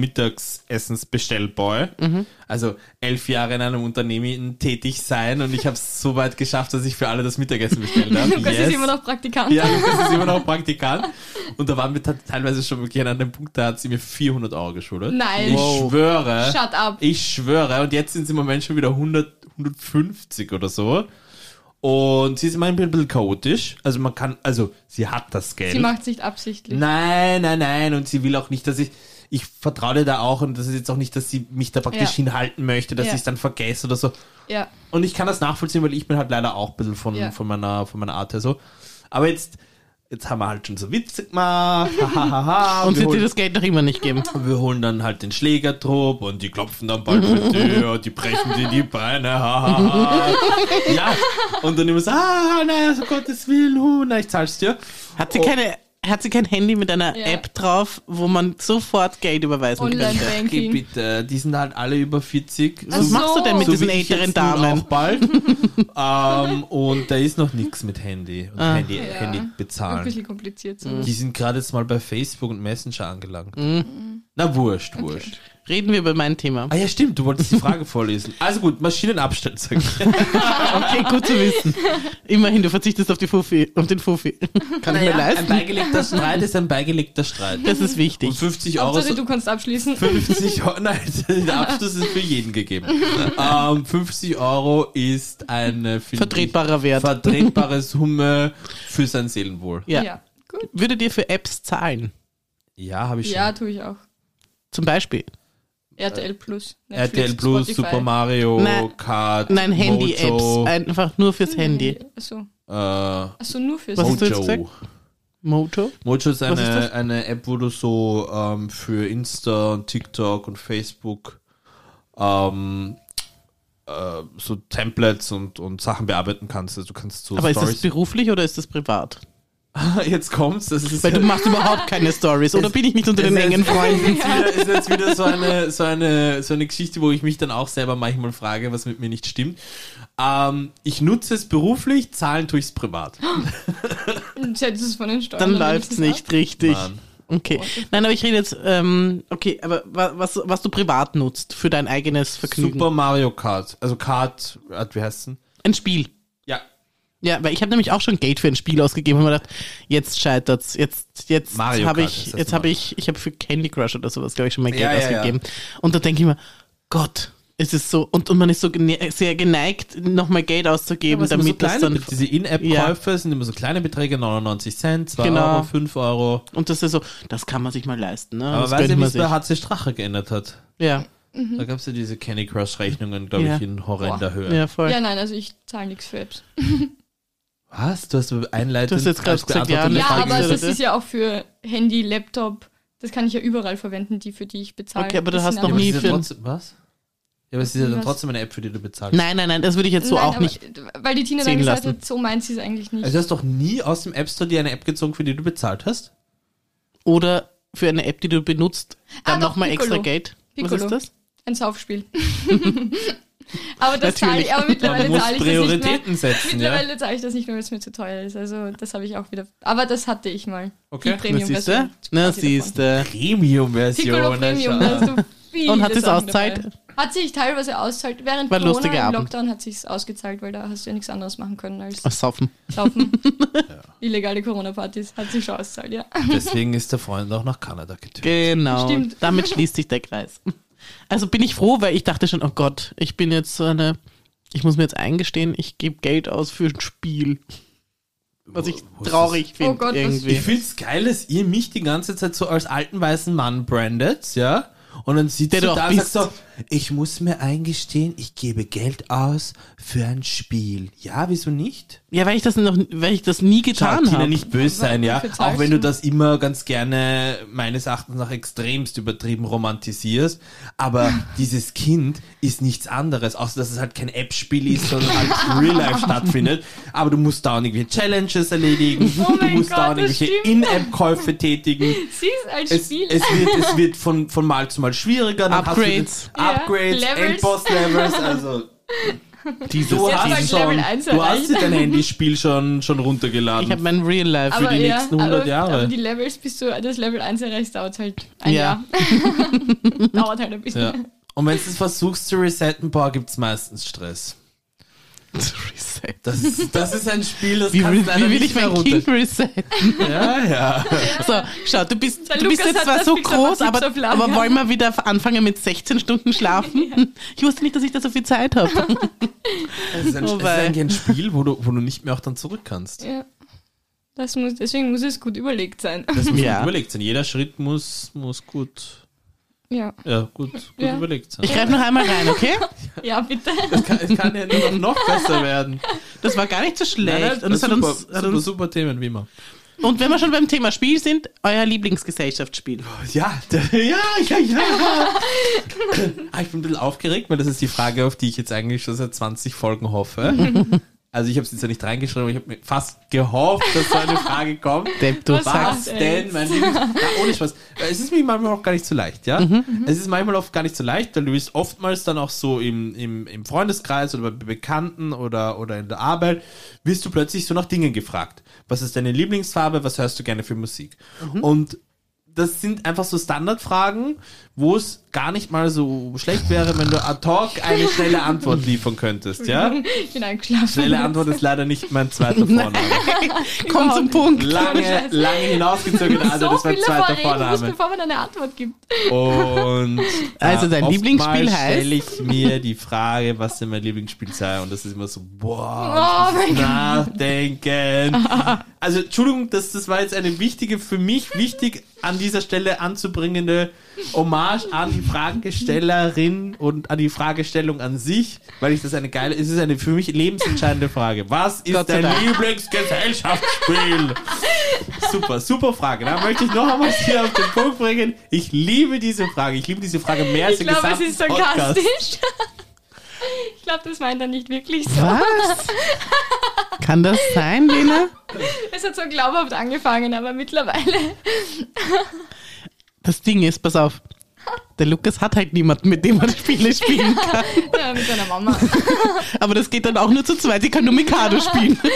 S4: Mittagsessensbestellboy. Also elf Jahre in einem Unternehmen tätig sein und ich habe es so weit geschafft, dass ich für alle das Mittagessen bestellt habe.
S3: Lukas
S4: Yes.
S3: ist immer noch Praktikant.
S4: ja, Lukas ist immer noch Praktikant. Und da waren wir te- teilweise schon wirklich an einem Punkt, da hat sie mir 400 Euro geschuldet.
S3: Nein.
S4: Ich
S2: Wow.
S4: schwöre.
S3: Shut up.
S4: Ich schwöre. Und jetzt sind es im Moment schon wieder 100, 150 oder so. Und sie ist immer ein bisschen chaotisch. Also man kann, also sie hat das Geld.
S3: Sie macht es nicht absichtlich.
S4: Nein, nein, nein. Und sie will auch nicht, dass ich. Ich vertraue dir da auch und das ist jetzt auch nicht, dass sie mich da praktisch
S3: Ja.
S4: hinhalten möchte, dass
S3: Ja.
S4: ich es dann vergesse oder so.
S3: Ja.
S4: Und ich kann das nachvollziehen, weil ich bin halt leider auch ein bisschen von,
S3: Ja.
S4: von, meiner, von meiner Art her so. Aber jetzt, jetzt haben wir halt schon so Witze gemacht. Hahaha.
S2: Und
S4: wir
S2: sie dir
S4: holen-
S2: das Geld noch immer nicht geben.
S4: wir holen dann halt den Schlägertrupp und die klopfen dann bald mit dir und die brechen dir die Beine. ha, ha, ha. ja, und dann immer so, ah, naja, so Gottes Willen, hu, na, ich zahl's dir.
S2: Hat sie
S4: Oh.
S2: keine, hat sie kein Handy mit einer
S3: Ja.
S2: App drauf, wo man sofort Geld überweisen
S3: Online
S2: kann?
S4: Okay,
S3: Banking.
S4: bitte, die sind halt alle über 40.
S2: Was
S3: so.
S2: machst du denn mit
S4: so
S2: diesen
S4: wie ich
S2: älteren
S4: jetzt nun
S2: Damen?
S4: Auch bald. ähm, und da ist noch nichts mit Handy und
S2: Ah.
S4: Handy, Handy
S3: Ein
S4: bezahlen.
S3: bisschen kompliziert sowas.
S4: Die sind gerade jetzt mal bei Facebook und Messenger angelangt. Na, wurscht, wurscht.
S2: Reden wir über mein Thema.
S4: Ah ja, stimmt, du wolltest die Frage vorlesen. Also gut, Maschinenabstand, sag ich.
S2: Okay, gut zu wissen. Immerhin, du verzichtest auf, die Fufi, auf den Fuffi. Kann ich mir
S4: ein
S2: leisten.
S4: beigelegter Streit ist ein beigelegter Streit.
S2: Das ist
S4: Und
S2: wichtig.
S4: 50 Euro,
S3: Hauptsache,
S4: so,
S3: du kannst abschließen.
S4: 50 Euro, nein, der Abschluss ist für jeden gegeben. Ähm, 50 Euro ist eine finde
S2: Vertretbarer
S4: ich,
S2: Wert.
S4: vertretbare Summe für sein Seelenwohl.
S2: ja.
S3: Gut.
S2: Würdet ihr für Apps zahlen?
S4: Ja, habe ich schon.
S3: Ja, tue ich auch.
S2: Zum Beispiel.
S3: RTL Plus. Netflix,
S4: RTL Plus,
S3: Spotify.
S4: Super Mario,
S2: Nein.
S4: Kart,
S2: Nein, Handy-Apps.
S4: Mojo,
S2: Einfach nur fürs Handy.
S3: Achso.
S4: äh,
S3: Achso, nur fürs
S2: Was ist- hast du jetzt
S4: Mojo.
S2: gesagt? Moto?
S4: Mojo ist
S2: Was ist
S4: eine,
S2: das?
S4: eine App, wo du so ähm, für Insta und TikTok und Facebook ähm, äh, so Templates und, und Sachen bearbeiten kannst. Also du kannst so
S2: Aber ist das
S4: Stories.
S2: beruflich oder ist das privat?
S4: jetzt kommt's, das ist,
S2: Weil du machst überhaupt keine Stories. Oder bin ich nicht unter den
S4: Es ist-
S2: engen Freunden?
S4: ist wieder, ist jetzt wieder so eine, so, eine, so eine Geschichte, wo ich mich dann auch selber manchmal frage, was mit mir nicht stimmt. Ähm, ich nutze es beruflich, zahlen tue ich es privat.
S3: Dann hättest du es von den Steuern.
S2: Dann läuft's
S3: wenigstens
S2: nicht richtig.
S4: Mann.
S2: Okay. Nein, aber ich rede jetzt, ähm, okay, aber wa- was, was du privat nutzt für dein eigenes Vergnügen.
S4: Super Mario Kart, also Kart, äh, wie heißt denn?
S2: Ein Spiel.
S4: Ja,
S2: Ja, weil ich habe nämlich auch schon Geld für ein Spiel ausgegeben und mir gedacht, jetzt scheitert's. Jetzt jetzt
S4: Mario
S2: habe
S4: Kart
S2: ich
S4: ist das
S2: jetzt habe
S4: Mal.
S2: ich ich habe für Candy Crush oder sowas glaube ich schon mal Geld
S4: Ja, ja, ja.
S2: ausgegeben. Und da denke ich mir, Gott, es ist so und, und man ist so gene sehr geneigt nochmal Geld
S4: Aber
S2: auszugeben,
S4: es sind
S2: damit
S4: so
S2: das
S4: kleine,
S2: dann
S4: Bet- diese In-App-Käufe sind immer so kleine Beträge, 99 Cent, 2
S2: Genau.
S4: Euro, 5 Euro.
S2: und das ist so, das kann man sich mal leisten, ne?
S4: Aber
S2: das
S4: weiß
S2: gönnt
S4: ich
S2: man
S4: nicht,
S2: sich.
S4: wer HC Strache geändert hat.
S2: Ja.
S4: Da gab es ja diese Candy Crush-Rechnungen, glaube
S2: Ja.
S4: ich, in horrender Höhe.
S2: Ja, voll.
S3: Ja, nein, also ich zahle nichts für Apps.
S4: Was? Du hast einleitend
S2: Du hast jetzt gerade
S4: als
S2: gesagt,
S4: beantwortende
S2: Ja,
S3: Ja,
S4: Frage
S2: Frage
S3: aber
S2: ist-
S3: das ist ja auch für Handy, Laptop. Das kann ich ja überall verwenden, die für die ich bezahle.
S2: Okay, aber du
S3: Das
S2: hast
S3: sind
S2: noch
S3: aber-
S2: nie
S4: Ja, aber es ist ja
S2: für-
S4: trotzdem, was? Ja, aber es ist ja dann
S3: Was?
S4: trotzdem eine App, für die du bezahlst.
S2: Nein, nein, nein, das würde ich jetzt so
S3: Nein,
S2: auch
S3: aber-
S2: nicht.
S3: Weil die Tina
S2: ziehen
S3: dann gesagt
S2: lassen.
S3: hat, so meint sie es eigentlich nicht.
S4: Also du hast doch nie aus dem App Store dir eine App gezogen, für die du bezahlt hast?
S2: Oder für eine App, die du benutzt, dann
S3: Ah, doch,
S2: nochmal extra
S3: Piccolo.
S2: Geld. Was
S3: Piccolo.
S2: ist das?
S3: Ein Saufspiel. aber das zahle
S2: Natürlich.
S3: ich, aber mittlerweile zahle ich das nicht mehr.
S4: Prioritäten setzen, ja.
S3: Mittlerweile zahle ich das nicht mehr, weil es mir zu teuer ist. Also das habe ich auch wieder. Aber das hatte ich mal.
S4: Okay.
S3: Die
S2: Na, siehst du?
S3: Premium-Version.
S2: Na,
S3: Quasi davon.
S2: siehst du.
S4: Premium-Version.
S3: Piccolo
S4: na,
S3: Premium, da
S4: schau.
S3: hast du viele
S2: Und hat sie's
S3: Sachen
S2: auszahlt?
S3: dabei. Hat sich teilweise auszahlt. Während
S2: War ein
S3: Corona
S2: lustiger
S3: im
S2: Abend.
S3: Lockdown hat sich's ausgezahlt, weil da hast du ja nichts anderes machen können als
S2: Ach, saufen.
S3: saufen. Illegale Corona-Partys hat sich schon auszahlt, ja.
S4: Deswegen ist der Freund auch nach Kanada getötet.
S2: Genau.
S3: Stimmt.
S2: Damit schließt sich der Kreis. Also bin ich froh, weil ich dachte schon, oh Gott, ich bin jetzt so eine, ich muss mir jetzt eingestehen, ich gebe Geld aus für ein Spiel. Was ich
S4: Wo- wo ist
S2: traurig
S3: Oh
S2: finde
S3: Gott, was-
S4: Ich
S2: irgendwie.
S4: find's geil, dass ihr mich die ganze Zeit so als alten weißen Mann brandet, ja? Und dann sitzt
S2: Der
S4: du
S2: du auch
S4: da und
S2: bist.
S4: sagst so, ich muss mir eingestehen, ich gebe Geld aus für ein Spiel. Ja, wieso nicht?
S2: Ja, weil ich das noch, weil ich das nie
S4: Schau,
S2: getan
S4: Tina,
S2: habe.
S4: nicht böse sein, ja?
S3: Wofür zahlst
S4: Auch wenn du
S3: du?
S4: das immer ganz gerne meines Erachtens nach extremst übertrieben romantisierst. Aber dieses Kind ist nichts anderes, außer dass es halt kein App-Spiel ist, sondern halt Real-Life stattfindet. Aber du musst da auch irgendwelche Challenges erledigen,
S3: Oh
S4: du
S3: mein
S4: musst da auch
S3: Gott, das
S4: irgendwelche
S3: stimmt.
S4: In-App-Käufe tätigen
S3: Sie ist als
S4: es,
S3: Spiel.
S4: es wird, es wird von, von Mal zu Mal schwieriger. Dann
S2: Upgrades.
S4: Hast du, den- Upgrades,
S3: Ja, Levels.
S4: Endboss-Levels, also...
S2: Dieses
S4: Du
S3: hat
S2: Ding.
S3: halt
S4: hast, schon,
S3: Level eins
S4: du hast
S3: erreicht.
S4: dir dein Handyspiel schon, schon runtergeladen.
S2: Ich habe mein Real Life.
S3: aber
S4: die
S3: ja,
S4: nächsten 100
S3: aber,
S4: Jahre.
S3: Aber die Levels, bis du das Level 1 erreichst, dauert halt ein
S2: Ja.
S3: Jahr. dauert halt ein bisschen.
S4: ja. Und wenn du es versuchst zu resetten, boah, gibt's meistens Stress.
S2: Reset.
S4: Das ist, das ist ein Spiel, das
S2: Wie,
S4: kannst
S2: will-
S4: du leider
S2: wie will
S4: nicht
S2: ich mein
S4: mehr
S2: Kind resetten?
S4: runter- Ja, ja.
S2: So, schau, du bist,
S3: Der
S2: du bist
S3: Lukas
S2: jetzt
S3: hat
S2: zwar
S3: das
S2: so
S3: fix aber
S2: groß,
S3: fix
S2: aber,
S3: auf Lager.
S2: aber wollen wir wieder anfangen mit 16 Stunden schlafen? Ich wusste nicht, dass ich da so viel Zeit habe.
S4: Es ist, ein, es
S2: Oh
S4: ist
S2: wei.
S4: eigentlich ein Spiel, wo du, wo du nicht mehr auch dann zurück kannst.
S3: Ja. Das muss, deswegen muss es gut überlegt sein.
S4: Das muss
S2: Ja.
S4: gut überlegt sein. Jeder Schritt muss, muss gut,
S3: Ja,
S4: ja, gut, gut
S3: Ja.
S4: überlegt sein.
S2: Ich greife noch einmal rein, okay?
S3: ja bitte.
S4: Es kann, es kann ja nur noch, noch besser werden.
S2: Das war gar nicht so schlecht.
S4: Nein, nein,
S2: und, es hat
S4: super,
S2: uns, hat
S4: super,
S2: uns,
S4: super Themen, wie immer.
S2: und wenn wir schon beim Thema Spiel sind, euer Lieblingsgesellschaftsspiel.
S4: Ja, ja, ja, ja. ah, ich bin ein bisschen aufgeregt, weil das ist die Frage, auf die ich jetzt eigentlich schon seit 20 Folgen hoffe. Also ich habe es jetzt ja nicht reingeschrieben, aber ich habe mir fast gehofft, dass so eine Frage kommt.
S2: Depp, du
S3: Was
S2: sagst.
S3: war's?
S4: Was
S3: Ach,
S4: denn, mein Lieblings... Ja, ohne Spaß. Äh, Es ist mir manchmal auch gar nicht so leicht, ja? Es ist manchmal oft gar nicht so leicht, weil du bist oftmals dann auch so im, im, im Freundeskreis oder bei Bekannten oder, oder in der Arbeit, wirst du plötzlich so nach Dingen gefragt. Was ist deine Lieblingsfarbe? Was hörst du gerne für Musik? Und das sind einfach so Standardfragen, wo es gar nicht mal so schlecht wäre, wenn du ad hoc eine schnelle Antwort liefern könntest, ja?
S3: Ich bin eingeschlafen.
S4: Schnelle Antwort ist leider nicht mein zweiter Vorname.
S2: Komm zum Punkt.
S4: Lange,
S3: Scheiße.
S4: lange hinausgezogen. Also,
S3: so
S4: das war
S3: viel
S4: zweiter
S3: davor reden muss,
S4: Vorname.
S3: bevor man eine Antwort gibt.
S4: Und äh,
S2: Also, dein
S4: oftmals
S2: Lieblingsspiel heißt?
S4: stelle ich mir die Frage, was denn mein Lieblingsspiel sei. Und das ist immer so, boah,
S3: Oh
S4: ich muss
S3: mein Gott.
S4: nachdenken. Also, Entschuldigung, das, das war jetzt eine wichtige, für mich wichtig an dieser Stelle anzubringende Hommage an die Fragestellerin und an die Fragestellung an sich, weil ich das eine geile, es ist eine für mich lebensentscheidende Frage. Was ist
S2: Gott sei
S4: dein
S2: Dank.
S4: Lieblingsgesellschaftsspiel? Super, super Frage. Da möchte ich noch einmal hier auf den Punkt bringen. Ich liebe diese Frage. Ich liebe diese Frage mehr als
S3: Ich
S4: den
S3: glaube, es
S4: gesamten
S3: ist
S4: Podcast.
S3: sarkastisch. Ich glaube, das meint er nicht wirklich so.
S2: Was? Kann das sein, Lena?
S3: Es hat so glaubhaft angefangen, aber mittlerweile.
S2: Das Ding ist, pass auf. Der Lukas hat halt niemanden, mit dem man Spiele spielen kann.
S3: Ja, mit seiner Mama.
S2: Aber das geht dann auch nur zu zweit. Ich kann nur Mikado spielen.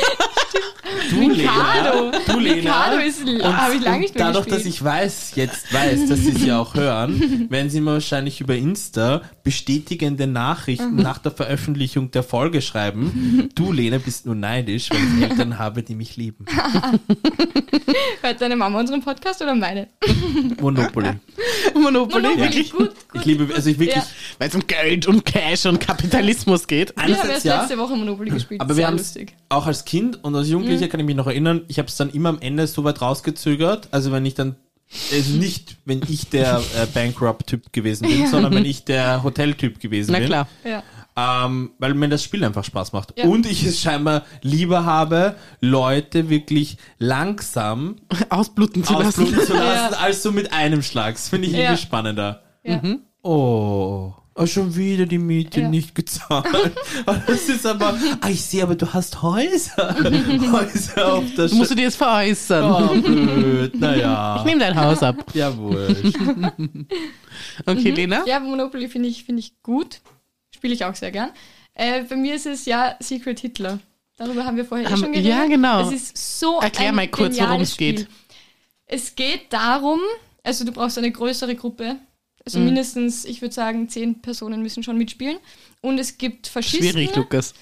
S4: Du, Lena.
S3: Mikado.
S4: Du, Lena.
S3: Mikado ist- hab ich lange nicht mehr
S4: Dadurch, dass
S3: gespielt.
S4: ich weiß, jetzt weiß, dass sie sie auch hören, werden sie mir wahrscheinlich über Insta bestätigende Nachrichten
S3: Mhm.
S4: nach der Veröffentlichung der Folge schreiben. Du, Lena, bist nur neidisch, weil ich Eltern habe, die mich lieben.
S3: Hört deine Mama unseren Podcast oder meine?
S4: Monopoly.
S2: Monopoly.
S3: Monopoly,
S2: wirklich.
S3: gut, gut.
S4: Ich liebe, also ich wirklich,
S3: Ja.
S2: Weil es um Geld und Cash und Kapitalismus geht.
S3: Wir haben
S4: einerseits
S3: erst
S4: ja,
S3: letzte Woche Monopoly gespielt.
S4: Aber
S3: Sehr
S4: wir haben es
S3: lustig. Mhm.
S4: auch als Kind und als Jugendlicher kann ich mich noch erinnern, ich habe es dann immer am Ende so weit rausgezögert. Also wenn ich dann Also nicht, wenn ich der äh, Bankrupt-Typ gewesen bin, sondern wenn ich der Hotel-Typ gewesen
S2: Na
S4: bin.
S2: klar.
S3: Ja.
S4: Ähm, weil mir das Spiel einfach Spaß macht.
S3: Ja.
S4: Und ich es scheinbar lieber habe, Leute wirklich langsam
S2: Ausbluten zu
S4: ausbluten
S2: lassen.
S4: zu lassen, als so mit einem Schlag. Das finde ich
S3: Ja.
S4: irgendwie spannender.
S3: Ja.
S2: Mhm.
S4: Oh. Oh, schon wieder die Miete
S3: Ja.
S4: nicht gezahlt. Das ist aber, ah, ich sehe, aber du hast Häuser. Häuser auf der
S2: Du musst du dir jetzt veräußern.
S4: Oh, blöd. Naja.
S2: Ich nehme dein Haus ab.
S4: Jawohl. Mhm.
S2: Okay, Lena?
S3: Ja, Monopoly finde ich, finde ich gut. Spiele ich auch sehr gern. Äh, bei mir ist es ja Secret Hitler. Darüber haben wir vorher eh
S2: Haben-
S3: schon geredet.
S2: ja, genau.
S3: Das ist so
S2: Erklär
S3: ein
S2: mal kurz,
S3: geniales
S2: worum es
S3: Spiel.
S2: geht.
S3: Es geht darum, also du brauchst eine größere Gruppe. Also
S2: Mhm.
S3: mindestens, ich würde sagen, zehn Personen müssen schon mitspielen. Und es gibt Faschisten.
S2: Schwierig, Lukas.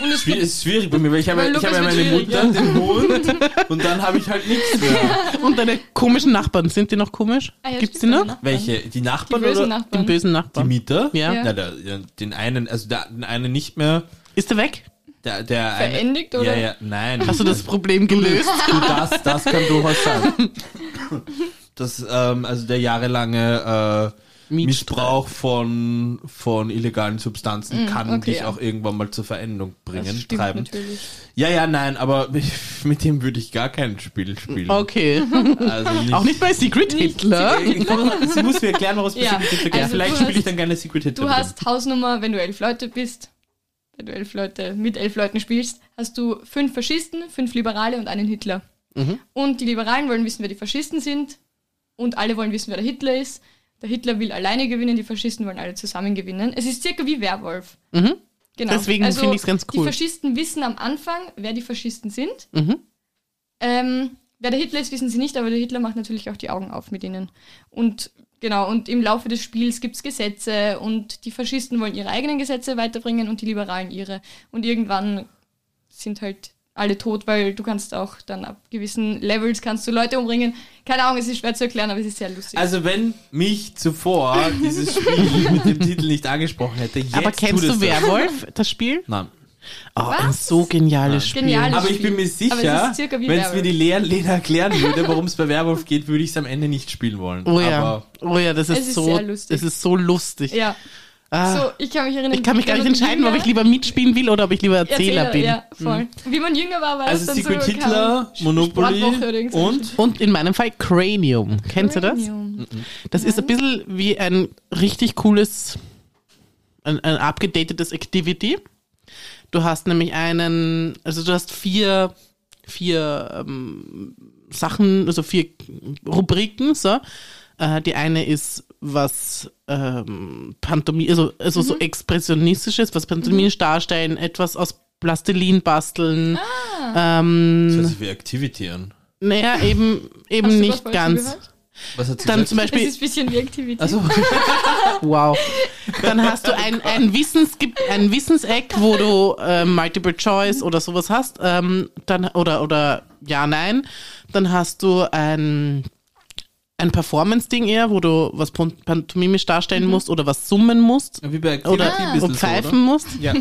S3: Und es
S4: Schwier
S3: gibt,
S4: ist schwierig bei mir, weil ich habe
S3: Weil
S4: ich
S3: Lukas
S4: habe ja
S3: wird
S4: meine
S3: schwierig,
S4: Mutter, den Hund und dann habe ich halt nichts mehr.
S2: Und deine komischen Nachbarn, sind die noch komisch?
S3: Ah ja,
S2: Gibt's die
S3: stimmt,
S2: noch?
S3: Nachbarn.
S4: Welche? Die
S3: Die
S4: Nachbarn
S3: bösen
S4: oder
S2: Den
S3: Nachbarn.
S2: bösen
S4: die
S2: Nachbarn.
S4: Mieter?
S2: Ja.
S3: Ja.
S4: Na, der, ja, den einen, also der, den einen nicht mehr.
S2: Ist der weg?
S4: Der, der eine-
S3: Verendigt, oder?
S4: Ja, ja, nein.
S2: Hast du das Problem gelöst?
S4: Du, das, das kann durchaus sein. Das, ähm, also der jahrelange äh,
S2: Mietstreit.
S4: Missbrauch von, von illegalen Substanzen kann
S3: Mhm, okay,
S4: dich
S3: ja.
S4: auch irgendwann mal zur Veränderung
S3: Das
S4: bringen,
S3: stimmt
S4: treiben.
S3: natürlich.
S4: Ja, ja, nein, aber mit dem würde ich gar kein Spiel spielen.
S2: Okay.
S4: Also nicht,
S2: Auch nicht bei Secret Hitler.
S4: Sie muss mir erklären, warum es
S3: Ja,
S4: Secret Hitler geht.
S3: also
S4: Vielleicht
S3: du
S4: spiele ich
S3: hast-
S4: dann gerne Secret Hitler.
S3: Du
S4: mit
S3: hast Hausnummer, wenn du elf Leute bist, wenn du elf Leute mit elf Leuten spielst, hast du fünf Faschisten, fünf Liberale und einen Hitler. Und die Liberalen wollen wissen, wer die Faschisten sind und alle wollen wissen, wer der Hitler ist. Der Hitler will alleine gewinnen, die Faschisten wollen alle zusammen gewinnen. Es ist circa wie Werwolf. Genau.
S2: Mhm. Deswegen finde ich's ganz cool.
S3: Die Faschisten wissen am Anfang, wer die Faschisten sind.
S2: Mhm.
S3: Ähm, wer der Hitler ist, wissen sie nicht, aber der Hitler macht natürlich auch die Augen auf mit ihnen. Und genau, und im Laufe des Spiels gibt es Gesetze und die Faschisten wollen ihre eigenen Gesetze weiterbringen und die Liberalen ihre. Und irgendwann sind halt alle tot, weil du kannst auch dann ab gewissen Levels kannst du Leute umbringen. Keine Ahnung, es ist schwer zu erklären, aber es ist sehr lustig.
S4: Also wenn mich zuvor dieses Spiel mit dem Titel nicht angesprochen hätte, jetzt
S2: Aber
S4: tut
S2: kennst
S4: es
S2: du Werwolf, das Spiel?
S4: Das. Nein.
S2: Oh, ein so geniales Spiel.
S3: Geniales
S4: Aber ich bin mir
S3: Spiel. Aber es
S4: sicher,
S3: ist circa wie
S4: wenn es
S3: Werwolf.
S4: mir die Lea Lena erklären würde, worum es bei Werwolf geht, würde ich es am Ende nicht spielen wollen.
S2: Oh ja.
S4: Aber
S2: Oh ja, das ist,
S3: Es ist
S2: so
S3: sehr lustig.
S2: Das ist so lustig.
S3: ja,
S2: Ah,
S3: so ich kann mich erinnern.
S2: ich kann mich
S3: wie
S2: gar nicht
S3: man
S2: entscheiden, ob
S3: jünger-
S2: ich lieber mitspielen will oder ob ich lieber Erzähler, bin. Mhm.
S3: Ja, voll. Wie man jünger war, war es
S4: also
S3: dann
S4: Secret
S3: so
S4: Hitler,
S3: kam-
S4: Monopoly
S3: Sportwoche oder irgend so ein
S4: und
S2: Und in meinem Fall Cranium. Kennst du das?
S3: Premium.
S2: Das ist ein
S3: Mhm.
S2: bisschen wie ein richtig cooles, ein, ein abgedatetes Activity. Du hast nämlich einen, also du hast vier, vier ähm, Sachen, also vier Rubriken. So. Äh, die eine ist was ähm, Pantomime, also, also
S3: Mhm.
S2: so expressionistisches, was pantomimisch darstellen, etwas aus Plastilin basteln.
S3: Ah.
S4: das hört sich wie Activity an.
S2: Naja, eben,
S3: Hast
S2: eben
S3: du
S2: nicht
S3: was
S2: ganz.
S3: Falsches
S4: Was hat sie
S2: Dann
S4: gesagt?
S2: zum Beispiel.
S3: gehört? Es ist ein bisschen wie Aktivität.
S4: also,
S2: Wow. Dann hast du ein, ein, Wissens, gibt ein Wissenseck, wo du äh, Multiple Choice oder sowas hast. Ähm, dann, oder, oder ja, nein. Dann hast du ein, ein Performance-Ding eher, wo du was pon- pantomimisch darstellen musst oder was summen musst.
S4: wie bei Activity
S2: Oder
S4: ein bisschen
S2: und
S4: so,
S2: pfeifen
S4: oder?
S2: musst.
S4: Ja.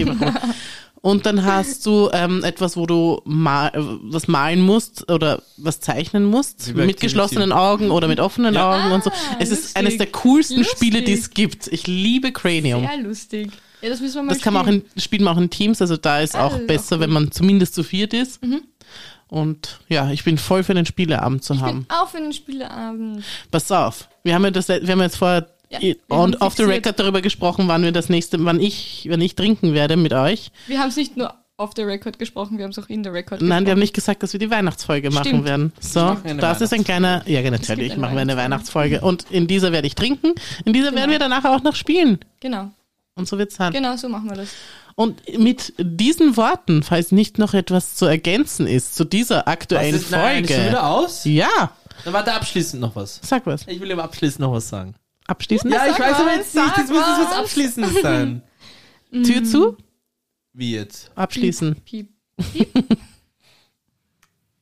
S2: Und dann hast du ähm, etwas, wo du mal, äh, was malen musst oder was zeichnen musst,
S4: Wie bei
S2: mit
S4: Activity.
S2: geschlossenen Augen oder mit offenen
S4: Ja.
S2: Augen und so. Es ist
S3: Ah, lustig.
S2: eines der coolsten
S3: Lustig.
S2: Spiele, die es gibt. Ich liebe Cranium.
S3: Sehr lustig. Ja, das müssen wir mal
S2: das kann man auch
S3: spielen.
S2: in, spielt man auch in Teams, also da ist
S3: Ah,
S2: auch
S3: das ist
S2: besser, wenn man zumindest zu viert ist. Und ja, ich bin voll für den Spieleabend zu
S3: Ich bin
S2: haben.
S3: auf einen Spieleabend.
S2: Pass auf, wir haben ja das, le- wir haben jetzt vorher
S3: Ja,
S2: i-
S3: wir
S2: und
S3: haben
S2: off the
S3: fixiert.
S2: record darüber gesprochen, wann wir das nächste, wann ich, wann ich trinken werde mit euch.
S3: Wir haben es nicht nur auf der Record gesprochen, wir haben es auch in der Record
S2: Nein, wir haben
S3: gesprochen.
S2: nicht gesagt, dass wir die Weihnachtsfolge machen
S3: Stimmt.
S2: werden. So,
S4: machen eine
S2: das ist ein kleiner, ja genau, natürlich,
S3: eine
S2: machen wir eine Weihnachtsfolge. Und in dieser werde ich trinken, in dieser werden wir danach auch noch spielen.
S3: Genau,
S2: Und so wird's sein.
S3: genau so machen wir das.
S2: Und mit diesen Worten, falls nicht noch etwas zu ergänzen ist zu dieser
S4: Was
S2: aktuellen
S4: ist nein, ist schon
S2: Folge.
S4: wieder aus?
S2: Ja,
S4: Dann warte abschließend noch was.
S2: sag was.
S4: Ich will aber abschließend noch was sagen.
S2: Abschließend?
S4: Ja, ich weiß aber jetzt nicht, jetzt muss es was
S3: was.
S4: Abschließendes sein.
S2: Tür zu?
S4: Wie jetzt?
S2: Abschließen.
S3: Piep.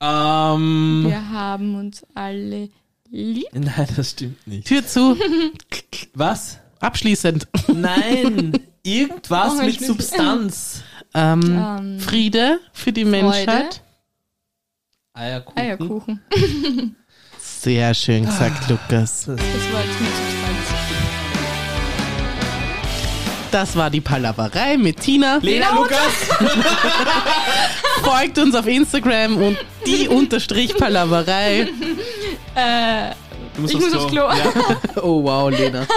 S4: Ähm,
S3: Wir haben uns alle lieb.
S4: Nein, das stimmt nicht.
S2: Tür zu.
S4: Was?
S2: Abschließend.
S4: Nein, irgendwas
S3: Oh, mein
S4: mit
S3: Schlüssel.
S4: Substanz.
S2: Ähm,
S3: Ähm,
S2: Friede für die Menschheit.
S3: Ah Mhm.
S4: Eierkuchen.
S3: Eierkuchen.
S2: Sehr schön gesagt, Lukas.
S3: Das war jetzt mit Substanz.
S2: Das war die Palaverei mit Tina.
S4: Lena Lukas!
S2: Folgt uns auf Instagram und die unterstrich Palaverei.
S3: Äh,
S4: Du musst
S3: Ich muss aufs Klo.
S4: Ja.
S2: Oh wow, Lena.